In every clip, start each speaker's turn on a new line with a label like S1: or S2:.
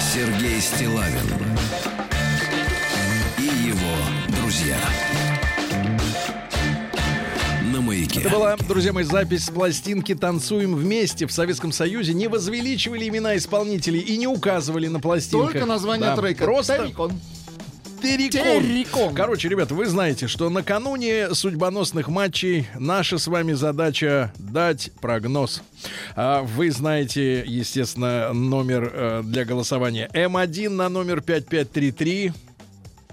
S1: Сергей Стилавин и его друзья. На маяке.
S2: Это была, друзья мои, запись с пластинки «Танцуем вместе». В Советском Союзе не возвеличивали имена исполнителей и не указывали на пластинках.
S3: Только название
S2: Да,
S3: трека.
S2: Просто
S3: Террикон.
S2: Террикон.
S3: Террикон.
S2: Короче, ребята, вы знаете, что накануне судьбоносных матчей наша с вами задача дать прогноз. А Вы знаете, естественно, номер э, для голосования М1 на номер 5533.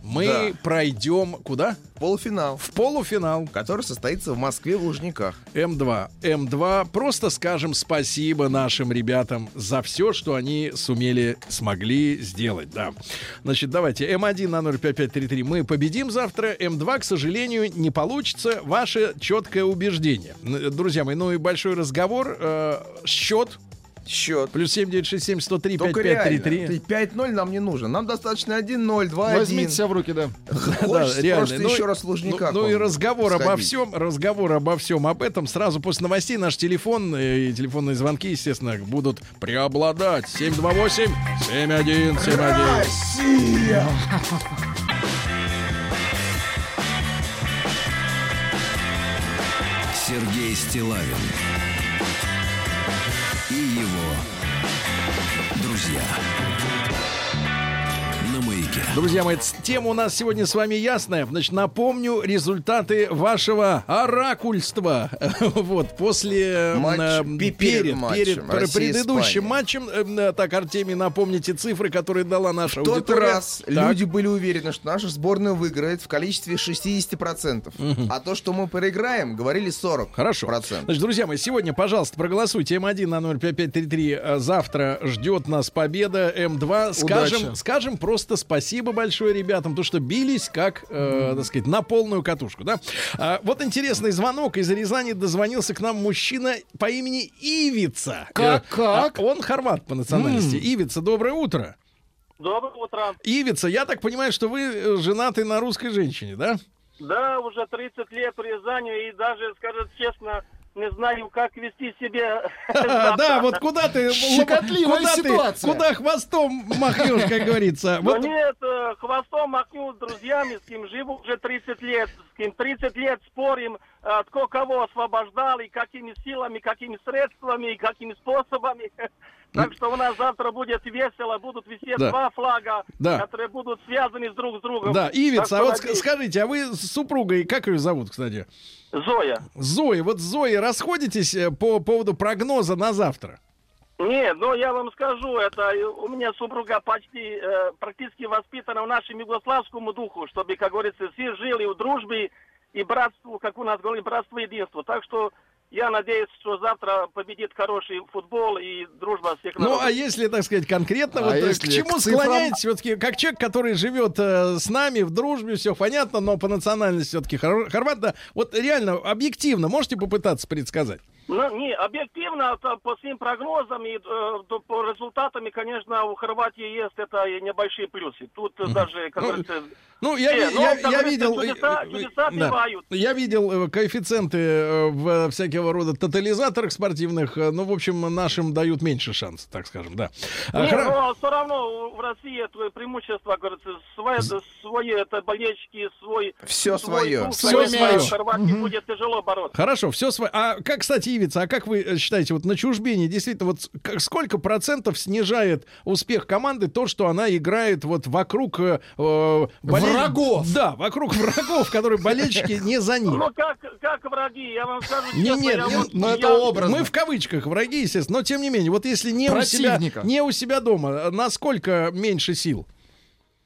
S2: Мы
S4: Да.
S2: пройдем куда?
S4: Полуфинал,
S2: В полуфинал.
S4: который состоится в Москве в Лужниках.
S2: М2. М2. Просто скажем спасибо нашим ребятам за все, что они сумели, смогли сделать. Да. Значит, давайте. М1 на 05533. Мы победим завтра. М2, к сожалению, не получится. Ваше четкое убеждение. Н- Друзья мои, ну и большой разговор. Э, счет.
S4: Счет.
S2: Плюс 7967 103
S4: Только реально,
S2: 5533.
S4: ты 5-0 нам не нужно. Нам достаточно 1-0, 2-1.
S3: Возьмите себя в руки, да.
S4: Хочется
S2: Да, реально.
S4: просто
S2: Ну,
S4: еще раз в Лужниках.
S2: Ну, ну и
S4: по-моему,
S2: разговор обо
S4: сходить.
S2: всем, разговор обо всем об этом сразу после новостей. Наш телефон э, и телефонные звонки, естественно, будут преобладать. 728-7171.
S1: Сергей Стилавин и его друзья на маяке.
S2: Друзья мои, ц- тема у нас сегодня с вами ясная. Значит, напомню результаты вашего оракульства. Вот, после... э,
S4: Матч
S2: м,
S4: перед
S2: перед,
S4: матчем
S2: перед пр-
S4: Россия-Испания.
S2: предыдущим матчем. Эм, э, Так, Артемий, напомните цифры, которые дала наша
S4: В тот
S2: аудитория.
S4: раз
S2: Так.
S4: люди были уверены, что наша сборная выиграет в количестве 60%. А то, что мы проиграем, говорили 40%.
S2: Хорошо. Значит, друзья мои, сегодня, пожалуйста, проголосуйте М1 на 05533. А Завтра ждет нас победа. М2. Скажем,
S3: Удачи.
S2: скажем просто спасибо большое ребятам, потому что бились как, э, так сказать, на полную катушку. Да? А, вот интересный звонок. Из Рязани дозвонился к нам мужчина по имени Ивица.
S3: Как,
S2: Э,
S3: как?
S2: а он хорват по национальности. Ивица, доброе утро.
S5: Доброе утро.
S2: Ивица, я так понимаю, что вы э, женаты на русской женщине, да?
S5: Да, уже 30 лет Рязанию и даже, скажу честно, не знаю, как вести себя.
S2: Да, вот куда ты...
S3: Щекотливая
S2: куда ты-
S3: ситуация.
S2: Куда хвостом махнешь, как говорится.
S5: Но
S2: Вот
S5: нет, э, хвостом махнул с друзьями, с кем живу уже 30 лет, с кем 30 лет спорим, э, от ко- кого освобождал, и какими силами, какими средствами, и какими способами. Так что у нас завтра будет весело, будут висеть
S2: Да.
S5: два флага,
S2: Да.
S5: которые будут связаны с друг с другом.
S2: Да, Ивица,
S5: Так
S2: а
S5: что
S2: вот ск-
S5: надеюсь.
S2: скажите, а вы с супругой, как ее зовут, кстати?
S5: Зоя.
S2: Зои, вот Зои, расходитесь э, по поводу прогноза на завтра.
S5: Нет, ну я вам скажу, это э, у меня супруга почти э, практически воспитана в нашем югославскому духу, чтобы, как говорится, все жили в дружбе и братству, как у нас говорили, братство и единство. Так что я надеюсь, что завтра победит хороший футбол и дружба всех
S2: Ну,
S5: народов.
S2: а если, так сказать, конкретно,
S3: А
S2: вот э, к
S3: если
S2: чему
S3: к цифрам?
S2: склоняетесь, все-таки, как человек, который живет э, с нами в дружбе, все понятно, но по национальности все-таки хорват, да, вот реально, объективно, можете попытаться предсказать?
S5: Ну, не, объективно, это по своим прогнозам и э, то по результатам, и, конечно, у Хорватии есть это и небольшие плюсы. Тут э, даже, как
S2: ну,
S5: говорится,
S2: Ну, я,
S5: Не,
S2: ви-
S5: ну,
S2: я-
S5: как
S2: я
S5: говорится,
S2: видел... э,
S5: чудеса-
S2: э,
S5: чудеса
S2: да.
S5: бывают.
S2: Я видел э, коэффициенты э, в всякого рода тотализаторах спортивных. э, Ну, в общем, нашим дают меньше шансов, так скажем, да. А,
S5: Не,
S2: хра-
S5: но все равно в России это преимущество, говорится, свои, свои это болельщики, свой...
S4: Всё своё.
S5: дух,
S2: Всё
S5: конечно,
S2: своё.
S5: с Хорватией будет тяжело бороться.
S2: Хорошо, все свое. А как, кстати, Ивица, а как вы э, считаете, вот на чужбине действительно, вот с- к- сколько процентов снижает успех команды то, что она играет вот вокруг э, э, болель-
S3: Врагов.
S2: Да, вокруг врагов, которые болельщики не за ним.
S5: Ну, как, как враги, я вам скажу
S2: Не,
S5: честно,
S2: нет,
S5: я
S2: не-
S5: вот-
S3: ну,
S5: я-
S3: это образ. образно.
S2: Мы в кавычках враги, естественно, но тем не менее, вот если не у себя,
S3: Противника.
S2: не у себя дома, насколько меньше сил?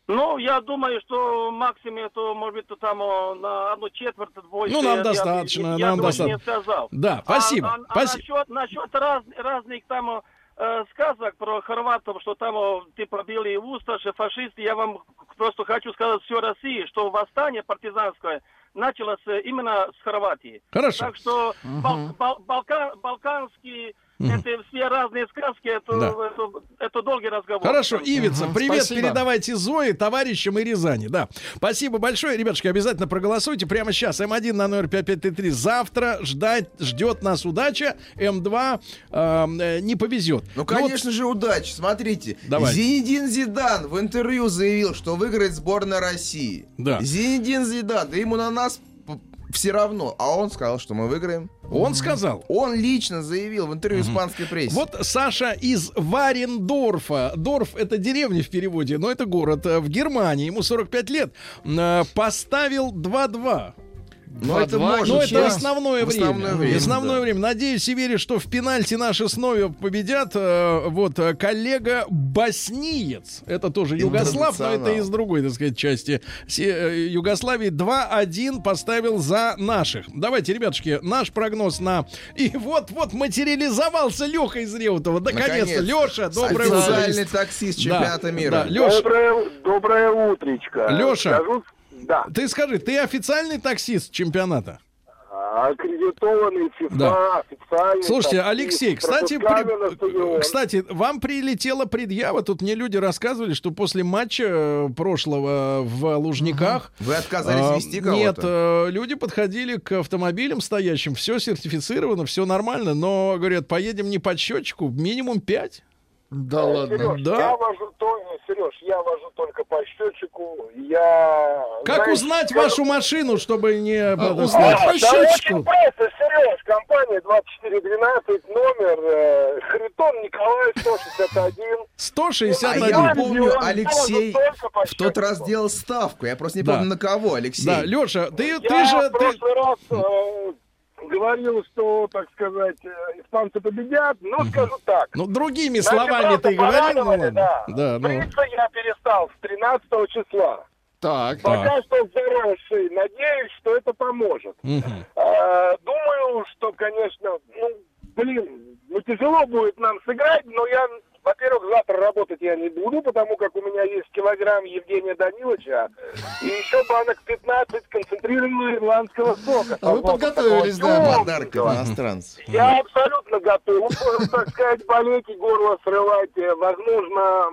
S5: Ну, я думаю, что максимум это, может быть, то там о, на одну четверть больше.
S2: Ну, нам
S5: Я-
S2: достаточно,
S5: я- я
S2: нам
S5: бы очень
S2: достаточно.
S5: не сказал.
S2: Да, спасибо,
S5: А, а- а
S2: спаси-
S5: насчет, насчет раз- разных там э, сказок про хорватов, что там э, типа белые усташи, фашисты, я вам просто хочу сказать все России, что восстание партизанское началось э, именно с Хорватии.
S2: Хорошо.
S5: Так что бал- бал- балка- балканские Это все разные сказки, это,
S2: Да.
S5: это- это долгий разговор.
S2: Хорошо, Ивица, привет,
S3: спасибо.
S2: передавайте Зое, товарищам и Рязани, да. Спасибо большое, ребятушки, обязательно проголосуйте прямо сейчас. М1 на номер 5533, завтра ждать, ждет нас удача, М2 эм, э, не повезет.
S4: Ну,
S2: вот
S4: конечно же, удачи. Смотрите,
S2: Давай.
S4: Зинедин Зидан в интервью заявил, что выиграет сборная России.
S2: Да.
S4: Зинедин Зидан, да ему на нас все равно. А он сказал, что мы выиграем.
S2: Он сказал.
S4: Он лично заявил в интервью испанской прессе.
S2: Вот Саша из Варендорфа. Дорф это деревня в переводе, но это город э, в Германии. Ему 45 лет. Э, Поставил 2-2.
S4: Но Ну, это
S3: 2-2,
S4: может
S2: Но
S4: быть.
S2: Ну, это
S3: Сейчас.
S2: основное
S4: В
S2: время.
S4: основное время,
S2: Основное
S4: да.
S2: время. Надеюсь и верю, что в пенальти наши снова победят. Э, Вот э, коллега Босниец. Это тоже Югослав, но это
S4: Интернационал.
S2: из другой, так сказать, части Се- э, Югославии. 2-1 поставил за наших. Давайте, ребятушки, наш прогноз на... И вот-вот материализовался Леха из Реутова. Наконец-то.
S4: Наконец-то.
S2: Леша, доброе утро.
S4: Официальный таксист чемпионата
S2: Да,
S4: мира.
S2: да. Лёш.
S5: Доброе, доброе утречко.
S2: Лёша.
S5: Скажу- да.
S2: Ты скажи, ты официальный таксист чемпионата?
S5: Аккредитованный ФИФА,
S2: Да.
S5: официальный.
S2: Слушайте,
S5: таксист,
S2: Алексей, кстати,
S5: пропусками
S2: при- э,
S5: на стадион.
S2: кстати, вам прилетела предъява. Тут мне люди рассказывали, что после матча э, прошлого в Лужниках
S4: Вы отказались
S2: э,
S4: вести кого-то?
S2: Нет, э, люди подходили к автомобилям стоящим, все сертифицировано, все нормально, но говорят, поедем не под счетчику, минимум 5.
S3: Да ладно.
S6: Сереж,
S2: да.
S6: я вожу только, Сереж, я вожу только по счетчику. Я.
S2: Как
S6: знаешь,
S2: узнать
S6: как-
S2: вашу машину, чтобы не
S3: А,
S2: это
S6: А,
S3: узнать
S2: самое?
S3: по
S6: да
S3: щечку?
S6: очень просто, Сереж, компания 2412, номер э, Харитон Николай 161.
S2: 161.
S4: А я
S6: Один.
S4: помню,
S6: Один.
S4: Алексей
S6: Тоже только по
S4: в тот
S6: счету.
S4: раз делал ставку. Я просто не
S2: Да.
S4: помню, на кого, Алексей.
S2: Да, Леша, ты, ты
S6: я
S2: же
S6: в
S2: ты-
S6: прошлый раз э, говорил, что, так сказать, э, испанцы победят. Ну, скажу так.
S2: ну, другими
S6: Наши
S2: словами
S6: просто
S2: ты говорил, ну
S6: порадовали,
S2: ладно.
S6: Да.
S2: Да, ну.
S6: Бриться я перестал с 13 числа.
S3: Так.
S2: А.
S6: Пока что заросший. Надеюсь, что это поможет.
S2: Мгм.
S6: А, Думаю, что, конечно, ну, блин, ну тяжело будет нам сыграть, но я, во-первых, завтра работать я не буду, потому как у меня есть килограмм Евгения Даниловича и еще банок 15 концентрированного ирландского сока.
S3: А вы
S2: Э,
S3: подготовились, да,
S6: Такого
S4: Подарков
S6: темненького.
S4: иностранцев.
S6: Я абсолютно готов, так сказать, болеть и горло срывать. Э, Возможно,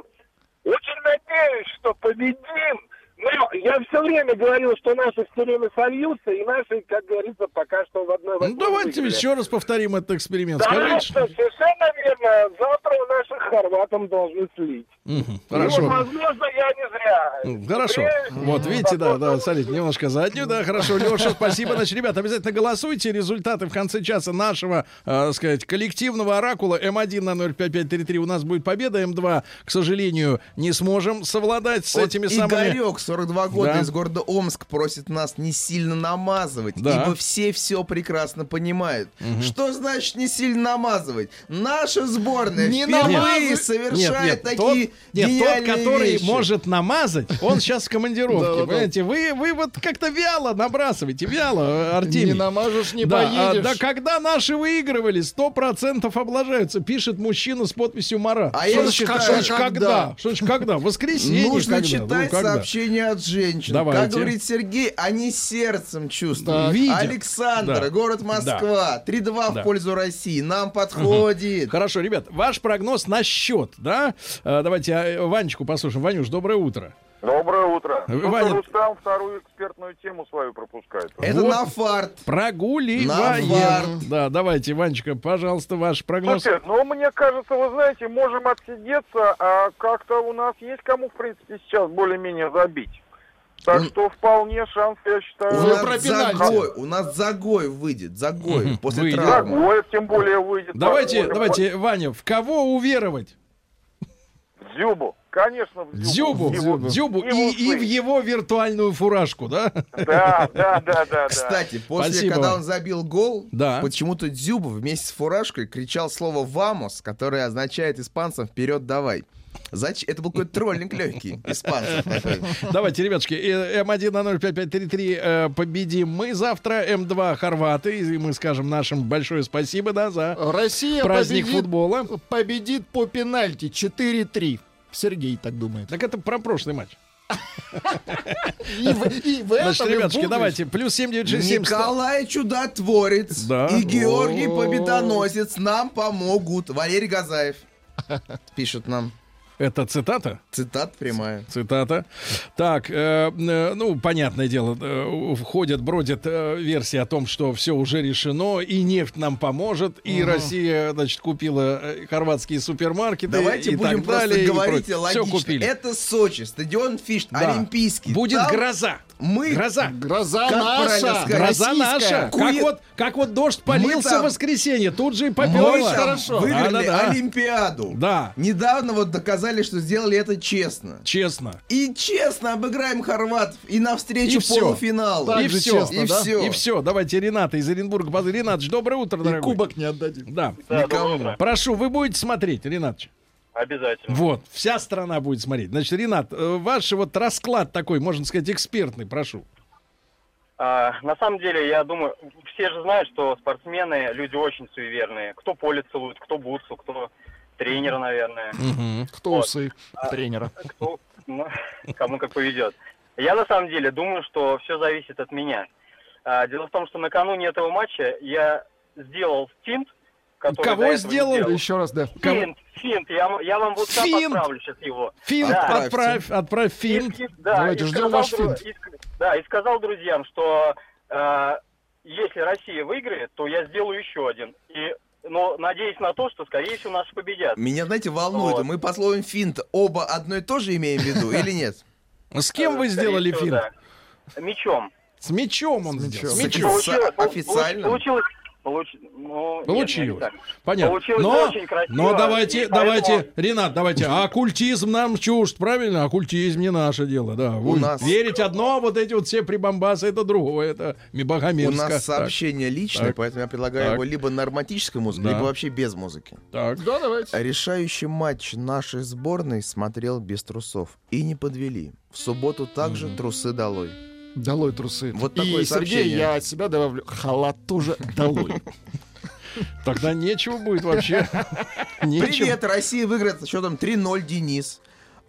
S6: очень надеюсь, что победим. Но я все время говорил, что наши все время сольются, и наши, как говорится, пока что в одной
S2: Ну,
S6: восьмой
S2: давайте
S6: выиграли.
S2: еще раз повторим этот эксперимент.
S6: Да,
S2: Скажите,
S6: что совершенно верно. Завтра у наших хорватам должны слить.
S2: Мгм,
S6: И
S2: Хорошо.
S6: вот, возможно, я не зря.
S2: Ну, Хорошо.
S6: Надеюсь,
S2: Вот, видите, да, да,
S6: возможно,
S2: смотрите, немножко заднюю, да, хорошо, Леша, спасибо. Значит, ребята, обязательно голосуйте. Результаты в конце часа нашего, э, так сказать, коллективного оракула М1 на 05533 у нас будет победа, М2, к сожалению, не сможем совладать с
S4: Вот
S2: этими самыми...
S4: Игорек, 42 года,
S2: Да.
S4: из города Омск, просит нас не сильно намазывать,
S2: Да.
S4: ибо все все прекрасно понимают. Что значит не сильно намазывать? Наша сборная
S3: Не
S4: впервые
S3: намазыв-
S4: совершает
S2: тот,
S4: такие
S2: нет, тот,
S4: гениальные
S2: который
S4: вещи.
S2: может намазать, он сейчас в
S3: Да, да,
S2: командировке,
S3: да.
S2: понимаете? Вы, вы вот как-то вяло набрасываете, вяло, э, Артемий.
S3: Не намажешь, не
S2: да, а,
S3: поедешь.
S2: да когда наши выигрывали, 100% облажаются, пишет мужчина с подписью Марат.
S4: А я
S2: значит,
S4: считаю,
S2: что значит когда?
S3: когда?
S2: Что значит когда? Воскресенье
S4: Нужно
S2: когда? Ну,
S4: читать
S2: когда?
S4: сообщения от женщин.
S2: Давайте.
S4: Как говорит Сергей, они сердцем чувствуют.
S2: Так. Видят.
S4: Александр,
S2: Да.
S4: город Москва, 3-2
S2: Да.
S4: в пользу России. Нам подходит.
S2: Хорошо, ребят, ваш прогноз на счет, да? А, Давайте а, Ванечку послушаем. Ванюш, доброе утро.
S7: Доброе утро.
S2: Э,
S7: Ну,
S2: Ваня-
S7: кто Рустам вторую экспертную тему свою пропускает.
S4: Это
S2: Вот.
S4: на фарт.
S2: Прогуливаем.
S4: Навард.
S2: Да, давайте, Ванечка, пожалуйста, ваш прогноз.
S7: Слушайте, ну, мне кажется, вы знаете, можем отсидеться, а как-то у нас есть кому, в принципе, сейчас более-менее забить. Так
S4: Ну,
S7: что вполне шанс, я считаю,
S4: У
S3: Вы
S4: нас,
S3: про пенальти.
S4: загой, у нас загой выйдет, загой
S2: Мгм,
S4: после
S2: выйдет.
S4: травмы.
S7: Загоев тем более выйдет.
S2: Давайте,
S7: Посмотрим.
S2: давайте, Ваня, в кого уверовать?
S7: В Дзюбу. Конечно, в Дзюбу.
S2: Дзюбу,
S7: Его-
S2: Дзюбу и,
S7: его
S2: и
S7: сын.
S2: в его виртуальную фуражку, да?
S7: Да, да, да, да. да.
S4: Кстати, после,
S2: Спасибо
S4: когда
S2: вам.
S4: он забил гол,
S2: Да.
S4: почему-то Дзюба вместе с фуражкой кричал слово «вамос», которое означает испанцам «вперед давай». Зач- Это был какой-то троллинг легкий испанцев. такой.
S2: Давайте, ребятушки, э, М1 на 05533 э, победим мы завтра, М2 хорваты, и мы скажем нашим большое спасибо, да, за
S3: Россия
S2: праздник
S3: победит,
S2: футбола.
S3: победит по пенальти 4-3. Сергей так думает.
S2: Так это про прошлый матч.
S3: И в, и в этом,
S2: Значит,
S3: и в
S2: ребятки,
S3: будущем.
S2: давайте. Плюс 7967.
S4: Николай Чудотворец
S2: Да.
S4: и Георгий Победоносец нам помогут. Валерий Газаев пишет нам.
S2: Это цитата?
S4: Цитат прямая.
S2: Цитата. Так, э, э, ну, понятное дело, э, входят, бродят э, версии о том, что все уже решено, и нефть нам поможет, и Россия, значит, купила э, хорватские супермаркеты.
S4: Давайте
S2: и
S4: будем
S2: так
S4: просто
S2: далее, и
S4: говорить
S2: прочее.
S4: логично.
S2: Все купили.
S4: Это Сочи, стадион Фишт,
S2: Да.
S4: Олимпийский.
S2: Будет
S4: Там
S2: гроза.
S4: Мы
S2: Гроза.
S3: Гроза
S4: Как правильно
S3: наша.
S4: сказать?
S2: Гроза
S4: российская.
S2: наша. Как
S4: Куе-
S2: вот, как вот дождь полился
S4: там-
S2: в воскресенье, тут же и
S4: мы
S2: поперло.
S4: там
S2: Да,
S4: выиграли
S2: да, да.
S4: Олимпиаду.
S2: Да.
S4: Недавно вот доказали, что сделали это честно.
S2: Честно.
S4: И честно обыграем хорватов и
S2: И
S4: навстречу
S2: всё.
S4: полуфинала.
S3: Так
S2: и
S3: же
S2: всё.
S3: честно,
S4: И
S3: да?
S4: всё.
S2: И все. Давайте Рената из Оренбурга. Поз- Ренатович, доброе утро,
S3: И
S2: дорогой.
S3: кубок не отдадим.
S2: Да.
S5: Да,
S4: Никому.
S5: доброе утро.
S2: Прошу, вы будете смотреть, Ренатович?
S5: Обязательно.
S2: Вот, вся страна будет смотреть. Значит, Ренат, э, ваш вот расклад такой, можно сказать, экспертный, прошу.
S5: А, на самом деле, я думаю, все же знают, что спортсмены люди очень суеверные. Кто поле целует, кто бутсу, кто тренера, наверное.
S3: Кто усы
S4: А,
S3: тренера?
S5: Кто, ну, кому как поведет. Я на самом деле думаю, что все зависит от меня. А, дело в том, что накануне этого матча я сделал финт, который
S2: Кого
S5: до этого не
S2: сделал?
S4: ну,
S5: делал.
S3: Еще раз, да.
S5: Финт, финт. Я, вам- я вам вот сам
S2: Финт?
S5: отправлю сейчас его.
S2: Финт,
S5: Да.
S2: отправь, отправь финт.
S5: И- и- да,
S3: Давайте
S5: и
S3: ждем ваш
S5: сказал дру-
S3: финт.
S5: и ск- да, и сказал друзьям, что э, если Россия выиграет, то я сделаю еще один. И, но надеюсь на то, что, скорее всего, наши победят.
S4: Меня, знаете, волнует,
S5: Вот.
S4: мы по словам финт оба одно и то же имеем в виду или нет?
S2: С кем вы
S5: Э, Скорее
S2: сделали
S5: всего,
S2: финт?
S5: да. Мечом.
S2: С мечом он
S3: С
S2: сделал.
S3: мячом.
S2: С
S3: С
S2: мячом.
S4: Офи-
S5: Получилось- пол-
S4: официально?
S5: Получилось. получ- ну, нет,
S2: Получилось.
S5: не так.
S2: Понятно.
S5: Получилось
S2: но,
S5: очень красиво,
S2: но давайте,
S5: и поэтому-
S2: давайте, Ренат, давайте. А Оккультизм нам чужд, правильно? Оккультизм не наше дело, да. Вы
S4: нас-
S2: Верить одно, вот эти вот все прибамбасы, это другое, это
S4: У
S2: мебогомерско.
S4: нас сообщение личное,
S2: Так.
S4: поэтому я предлагаю
S2: Так.
S4: его либо на романтической музыке,
S2: Да.
S4: либо вообще без музыки.
S2: Так, так.
S3: Да, давайте.
S4: Решающий матч нашей сборной смотрел без трусов. И не подвели. В субботу также трусы долой.
S3: Долой трусы.
S4: Вот
S3: И,
S4: такое
S3: Сергей,
S4: сообщение.
S3: я от себя добавлю. Халат тоже долой.
S2: Тогда нечего будет вообще. Нечего.
S4: Привет, Россия выиграет со счетом 3-0, Денис.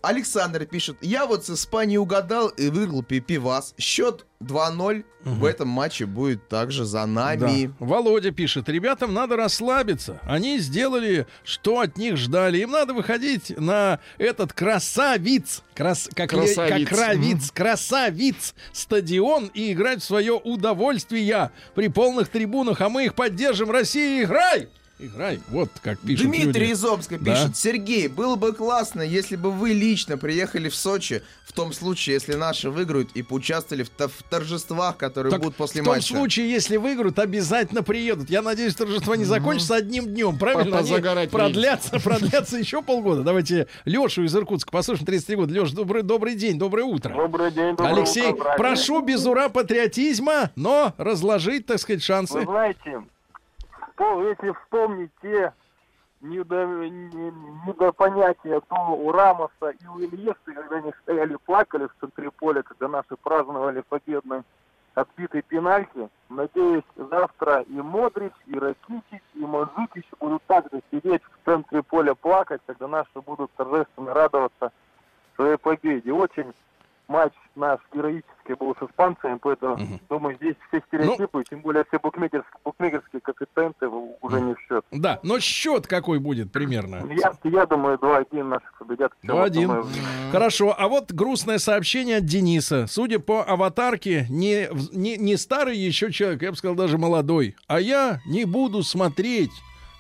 S4: Александр пишет, я вот с Испанией угадал и выиграл пи- пивас. Счет 2-0 в этом матче будет также за
S2: Да.
S4: нами.
S2: Володя пишет, ребятам надо расслабиться. Они сделали, что от них ждали. Им надо выходить на этот красавиц, крас, как, ле-
S3: Красавиц.
S2: как равиц, красавиц стадион и играть в свое удовольствие при полных трибунах. А мы их поддержим. Россия, играй! Играй. Вот как пишут
S4: Дмитрий
S2: люди.
S4: из Омска
S2: Да.
S4: пишет, Сергей, было бы классно, если бы вы лично приехали в Сочи, в том случае, если наши выиграют и поучаствовали в, то- в торжествах, которые
S2: Так
S4: будут после
S2: в том
S4: матча.
S2: случае, если выиграют, обязательно приедут. Я надеюсь, торжество
S4: Ну.
S2: не закончится одним днем. Правильно? Они
S3: Позагорать
S2: продлятся, продлятся еще полгода. Давайте Лешу из Иркутска послушаем 33 года. Леш, добрый, добрый день, доброе утро.
S6: Добрый день,
S2: Алексей, прошу без ура патриотизма, но разложить, так сказать, шансы.
S6: Вы знаете, вспом- если вспомнить те недо- не- недопонятия, то у Рамоса и у Ильесы, когда они стояли, плакали в центре поля, когда наши праздновали победный отбитый пенальти, надеюсь, завтра и Модрич, и Ракитич, и Манзукич будут также сидеть в центре поля плакать, когда наши будут торжественно радоваться своей победе. Очень матч наш героический был с испанцами, поэтому, думаю, здесь
S2: Ну,
S6: все стереотипы, тем более все букмекерские, букмекерские коэффициенты уже не в счет.
S2: Да, но счет какой будет примерно?
S6: Я, я думаю, 2-1 наших победят. в целом,
S2: 2-1.
S6: думаю.
S2: Хорошо, а вот грустное сообщение от Дениса. Судя по аватарке, не, в- не, не старый еще человек, я бы сказал, даже молодой. А я не буду смотреть.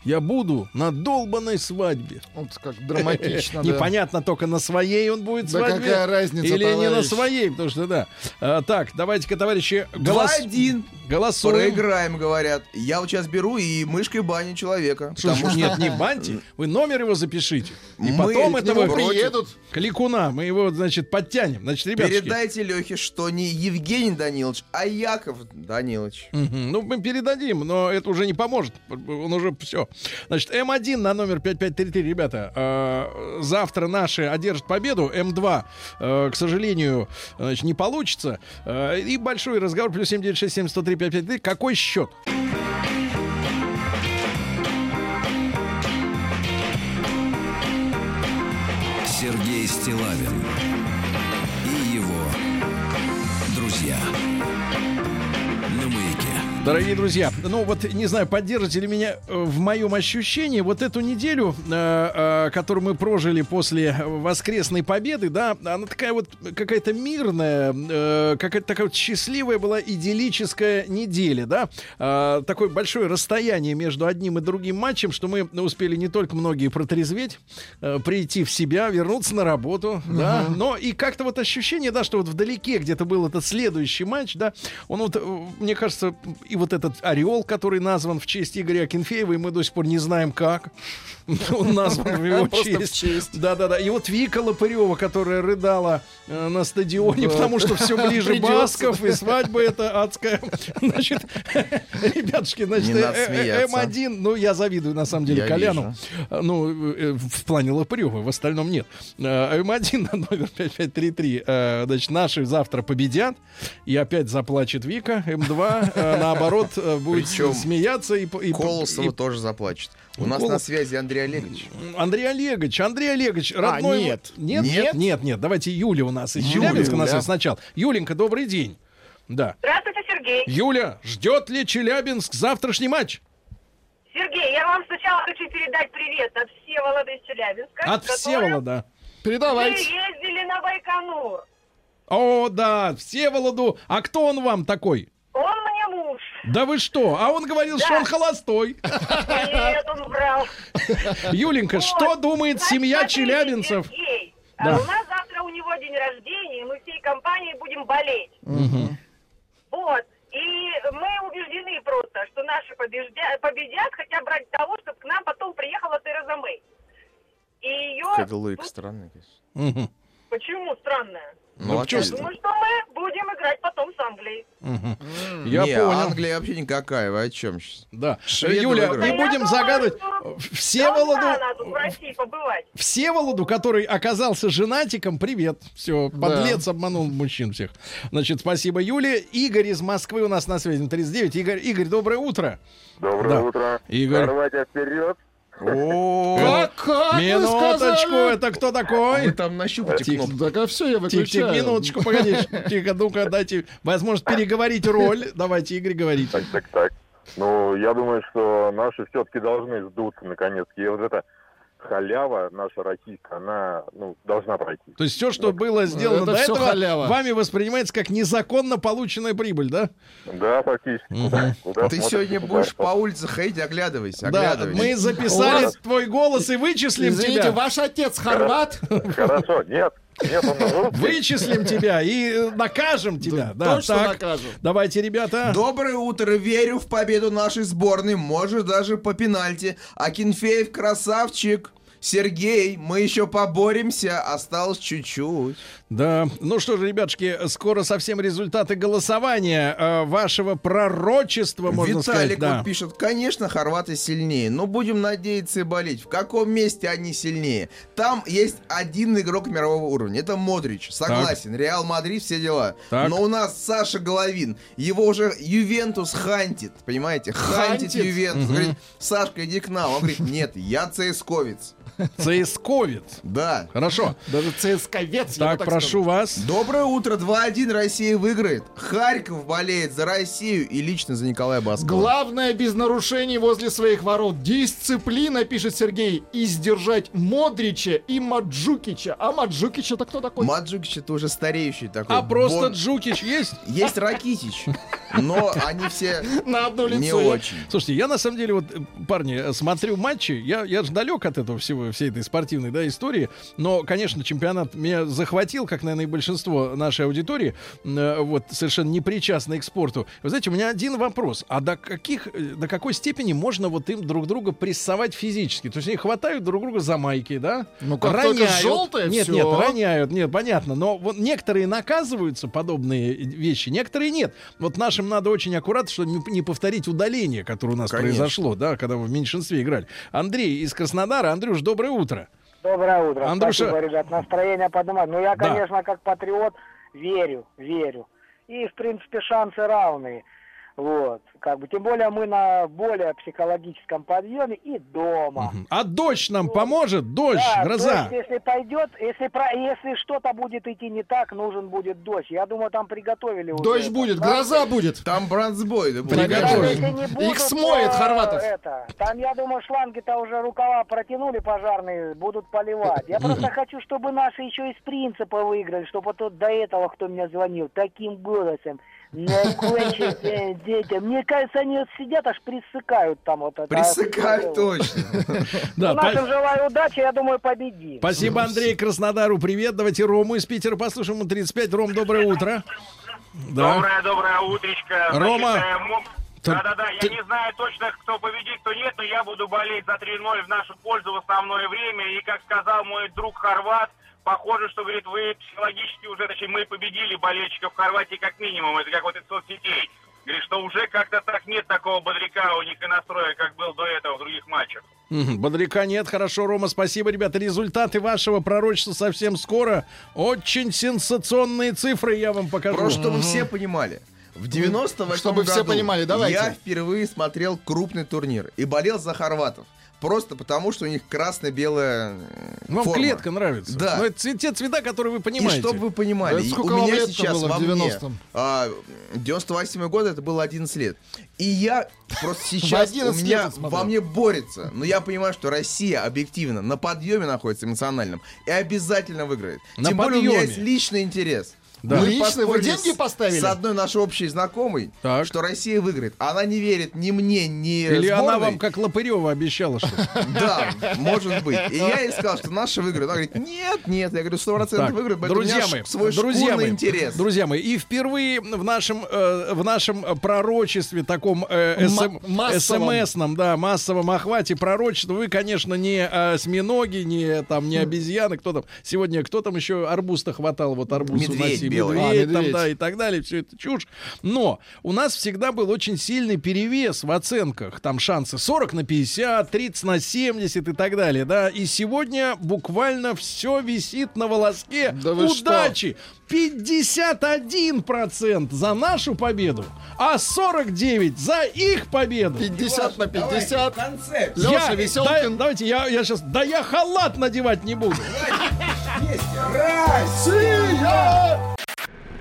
S2: Я буду на долбанной свадьбе.
S3: Вот как драматично, да.
S2: Непонятно только на своей он будет
S3: Да
S2: свадьбе.
S3: какая разница,
S2: Или не на
S3: товарищ?
S2: своей, потому что да. А, так, давайте-ка, товарищи, голос...
S4: 2-1.
S2: голосуем.
S4: Проиграем, говорят. Я вот сейчас беру и мышкой баню человека.
S2: Слушай,
S4: Потому что
S2: нет, не баньте, вы номер его запишите. И
S4: Мы
S2: потом
S4: к
S2: этого
S4: нему
S3: приедут.
S2: кликуна, мы его, значит, подтянем. Значит, ребятушки,
S4: передайте Лехе, что не Евгений Данилович, а Яков Данилович.
S2: мгм, ну, мы передадим, но это уже не поможет. Он уже все. Значит, М1 на номер 5533, ребята. э, завтра наши одержат победу. М2, э, к сожалению, значит, не получится. Э, и большой разговор, плюс 7967 Какой счет?
S1: Сергей Стилавин и
S2: Дорогие друзья, ну вот не знаю, поддержите ли меня э, в моем ощущении, вот эту неделю, э, э, которую мы прожили после воскресной победы, да, она такая вот какая-то мирная, э, какая-то такая вот счастливая была идиллическая неделя, да, Э, такое большое расстояние между одним и другим матчем, что мы успели не только многие протрезветь, э, прийти в себя, вернуться на работу, да, но и как-то вот ощущение, да, что вот вдалеке где-то был этот следующий матч, да, он вот, э, мне кажется, и вот этот орел, который назван в честь Игоря Акинфеева, и мы до сих пор не знаем как, он назван в его
S8: Просто в
S2: честь.
S8: честь.
S2: Да-да-да, и вот Вика Лопырева, которая рыдала э, на стадионе, потому что все ближе
S8: Придётся,
S2: Басков, и свадьба эта адская. Значит, ребятушки, значит,
S4: Не надо
S2: э, э,
S4: смеяться.
S2: М1, ну, я завидую, на самом деле,
S4: Я
S2: Коляну. Э, Ну, э, в плане Лопырева, в остальном нет. Э, М1 на номер 5533. э, Значит, наши завтра победят, и опять заплачет Вика. М2, э, наоборот, э, будет
S4: Причём
S2: смеяться. и по- и по-
S4: Колосова
S2: и- Ну,
S4: тоже заплачет. У нас
S2: Колос-
S4: на связи Андрей Олегович.
S2: Андрей Олегович, Андрей Олегович, родной...
S8: нет.
S2: Нет, нет,
S4: Нет?
S2: нет, нет. Давайте Юля у нас из
S3: Юля.
S2: Челябинска на связи сначала. Юленька, добрый день. Да.
S9: Здравствуйте, Сергей.
S2: Юля, ждет ли Челябинск завтрашний матч?
S9: Сергей, я вам сначала хочу передать привет от Всеволода из Челябинска.
S2: От
S9: который-
S2: Всеволода.
S9: Вы
S3: Передавайте.
S9: ездили на Байконур.
S2: О, да, Всеволоду. А кто он вам такой?
S9: Он мне муж.
S2: Да вы что? А он говорил, что
S9: Да.
S2: он холостой.
S9: Привет, он брал.
S2: Юленька, что думает семья челябинцев?
S9: Сергей,
S2: Да.
S9: а у нас завтра у него день рождения, и мы всей компанией будем болеть. Вот. И мы убеждены просто, что наши побеждя- победят, хотя бы ради того, чтобы к нам потом приехала Тереза Мэй. И ее...
S4: Лык, странно, конечно.
S2: Мгм,
S9: Почему странная?
S4: Ну, а
S2: чё
S4: чё-
S9: Думаю, что мы будем играть потом с Англией.
S2: мгм. Я
S4: Не,
S2: понял.
S4: Англия вообще никакая, вы о чем сейчас?
S2: Да.
S4: Шведы
S2: Юля, не
S4: выиграют.
S2: будем
S9: Я думала,
S2: загадывать.
S9: что Должна она тут в
S2: Всеволоду,
S9: России побывать.
S2: Всеволоду, который оказался женатиком, привет. Все, подлец обманул мужчин всех. Значит, спасибо Юле. Игорь из Москвы у нас на связи на 39. Игорь, Игорь, доброе утро.
S6: Доброе
S2: Да.
S6: утро.
S2: Игорь.
S6: Хорватия вперед.
S4: О,
S3: Как, как вы
S2: Минуточку,
S3: сказали?
S2: это кто
S4: вы
S2: такой?
S4: там нащупайте
S2: Тихо.
S4: кнопку.
S3: Так, а все, я выключаю.
S2: Тихо, тихо, Ну минуточку, погоди. Тихо, ну-ка, дайте возможность переговорить роль. Давайте, Игорь, говорите.
S6: Так, так, так. Ну, я думаю, что наши все-таки должны сдуться наконец-то. И вот эта халява наша российская, она ну, должна пройти.
S2: То есть все, что было сделано
S3: Это
S2: до
S3: всё
S2: этого,
S3: халява.
S2: вами воспринимается как незаконно полученная прибыль, да?
S6: Да, фактически.
S2: Мгм.
S6: Куда
S4: Ты
S6: смотрит
S4: сегодня будешь
S6: государство?
S4: по улице ходить, оглядывайся,
S2: Да,
S4: оглядывайся.
S2: мы записали
S3: У вас-
S2: твой голос и вычислим
S3: Извините,
S2: тебя.
S3: ваш отец хорват?
S6: Хорошо, нет, нет, он русский.
S2: Вычислим тебя и э, накажем тебя. Да,
S3: Точно
S2: так.
S3: накажем.
S2: Давайте, ребята.
S4: Доброе утро, верю в победу нашей сборной, может даже по пенальти. Акинфеев красавчик. Сергей, мы еще поборемся, осталось чуть-чуть.
S2: Да. Ну что же, ребятушки, скоро совсем результаты голосования э, вашего пророчества, можно
S4: Виталик
S2: сказать.
S4: вот
S2: Да.
S4: пишет, конечно, хорваты сильнее, но будем надеяться и болеть. В каком месте они сильнее? Там есть один игрок мирового уровня, это Модрич, согласен, Реал Мадрид, все дела.
S2: Так.
S4: Но у нас Саша Головин, его уже Ювентус хантит, понимаете? Хантит,
S3: Хантит?
S4: Ювентус. Говорит, Сашка, иди к нам. Он говорит, нет, я цесковец.
S2: Цисковец.
S4: Да.
S2: Хорошо.
S3: Даже ЦСКовец. я
S2: Так,
S3: бы
S2: прошу вас.
S4: Доброе утро, 2-1 Россия выиграет. Харьков болеет за Россию и лично за Николая
S3: сказал.
S4: Баскова.
S3: Главное без нарушений возле своих ворот. Дисциплина, пишет Сергей, и сдержать Модрича и Маджукича. А Маджукича это кто такой?
S4: Маджукич это уже стареющий такой.
S2: А просто
S4: Бон-
S2: Джукич есть?
S4: Есть Ракитич, но они все
S3: На одно лицо.
S4: не
S3: я-
S4: очень.
S2: Слушайте, я на самом деле, вот, э, парни, э, смотрю матчи, я, я же далек от этого всего, всей этой спортивной да, истории, но, конечно, чемпионат меня захватил, как, наверное, и большинство нашей аудитории, м, э, вот, совершенно непричастной к спорту. Вы знаете, у меня один вопрос, а до каких, э, до какой степени можно вот им друг друга прессовать физически? То есть они хватают друг друга за майки, да?
S3: Ну, как только жёлтое,
S2: Нет,
S3: всё. а
S2: нет, роняют, нет, понятно, но вот некоторые наказываются, подобные вещи, некоторые нет. Вот нашим надо очень аккуратно, чтобы не- не повторить удаление, которое у нас
S4: Конечно.
S2: произошло, да, когда мы в меньшинстве играли. Андрей из Краснодара. Андрюш, доброе утро.
S10: Доброе утро.
S2: Андрюша.
S10: Спасибо, ребят. Настроение поднимать. Ну, я,
S2: Да.
S10: конечно, как патриот верю, верю. И, в принципе, шансы равные. Вот, как бы, тем более мы на более психологическом подъеме и дома.
S2: Мгм. А дождь нам поможет? Дождь,
S10: Да,
S2: гроза.
S10: дождь, если пойдет, если, про, если что-то будет идти не так, нужен будет дождь. Я думаю, там приготовили уже.
S3: Дождь
S10: это.
S3: будет,
S10: Да,
S3: гроза будет.
S4: Там бронзбой, да, будет.
S10: да,
S2: Приготовили.
S10: если не будут,
S3: Их смоет
S10: э,
S3: хорватов.
S10: это, там, я думаю, шланги-то уже рукава протянули пожарные, будут поливать. Я просто хочу, чтобы наши еще из принципа выиграли, чтобы тот до этого, кто мне звонил, таким голосом. «Ну, кончите, детям. Мне кажется, они вот сидят, аж присыкают там вот это.
S4: Присыкают точно.
S2: Да,
S10: Ну, нашим
S2: па-
S10: желаю удачи, я думаю, победим.
S2: Спасибо, Андрей Краснодару. Привет. Давайте Рому из Питера послушаем. Ему 35. Ром, доброе утро. Да.
S5: Доброе, доброе утречко.
S2: Рома.
S5: Значит, э, мо-
S2: Ты-
S5: Да-да-да, я
S2: ты-
S5: не знаю точно, кто победит, кто нет, но я буду болеть за 3-0 в нашу пользу в основное время. И, как сказал мой друг Хорват, похоже, что, говорит, вы психологически уже, точнее, мы победили болельщиков Хорватии как минимум, это как вот из соцсетей. Говорит, что уже как-то так нет такого бодряка у них и настроя, как был до этого в других матчах.
S2: Мгм. Бодряка нет. Хорошо, Рома, спасибо, ребята. Результаты вашего пророчества совсем скоро. Очень сенсационные цифры я вам покажу.
S4: Просто чтобы все понимали. В 98
S3: Чтобы все понимали, давайте.
S4: я впервые смотрел крупный турнир и болел за хорватов. Просто потому, что у них красно-белая э,
S2: Вам
S4: форма.
S2: клетка нравится.
S4: Да.
S2: Но это цве- те цвета, которые вы
S4: И
S2: понимаете.
S4: чтобы вы понимали,
S3: Да
S4: и
S3: сколько
S4: у
S3: вам
S4: меня
S3: лет-то
S4: сейчас
S3: было в
S4: во мне,
S3: 90-м?
S4: а, 98 год это было 11 лет. И я просто сейчас
S3: 11
S4: у меня
S3: лет он смотрел.
S4: во мне борется. Но я понимаю, что Россия объективно на подъеме находится эмоциональном и обязательно выиграет.
S2: На
S4: Тем более у меня
S2: подъеме.
S4: есть личный интерес.
S2: Да.
S4: Мы
S3: Личный? Вы
S4: поспорили
S3: деньги
S4: с-
S3: поставили?
S4: С одной нашей общей знакомой,
S2: Так.
S4: что Россия выиграет. Она не верит ни мне, ни
S2: Или она
S4: сборной.
S2: вам, как Лопырева, обещала, что...
S4: Да, может быть. И я ей сказал, что наши выиграют. Она говорит, нет, нет. Я говорю, 100%
S2: Так,
S4: выиграют. поэтому у меня
S2: друзья
S4: ш-
S2: мои,
S4: свой
S2: друзья
S4: шкурный
S2: мои,
S4: интерес.
S2: друзья мои, и впервые в нашем э, в нашем э, пророчестве таком э,
S3: М- массовом.
S2: смс-ном, да, массовом охвате пророчества вы, конечно, не э, осьминоги, не там
S4: Хм.
S2: не обезьяны, кто там сегодня кто там еще арбуз-то хватал, вот арбуз
S4: Медведь
S2: уносили, медведь
S4: белый.
S3: А,
S2: там,
S3: медведь.
S2: да, и так далее, все это чушь. Но у нас всегда был очень сильный перевес в оценках, там шансы 40 на 50, 30 на 70 и так далее, да, и сегодня буквально все висит на волоске
S3: Да вы что?
S2: Удачи! 51% за нашу победу, а 49% за их победу.
S3: 50 на 50.
S4: Концепт.
S3: Леша
S2: Я- да-
S3: Веселкин.
S2: давайте, я, я сейчас... Да я халат надевать не буду.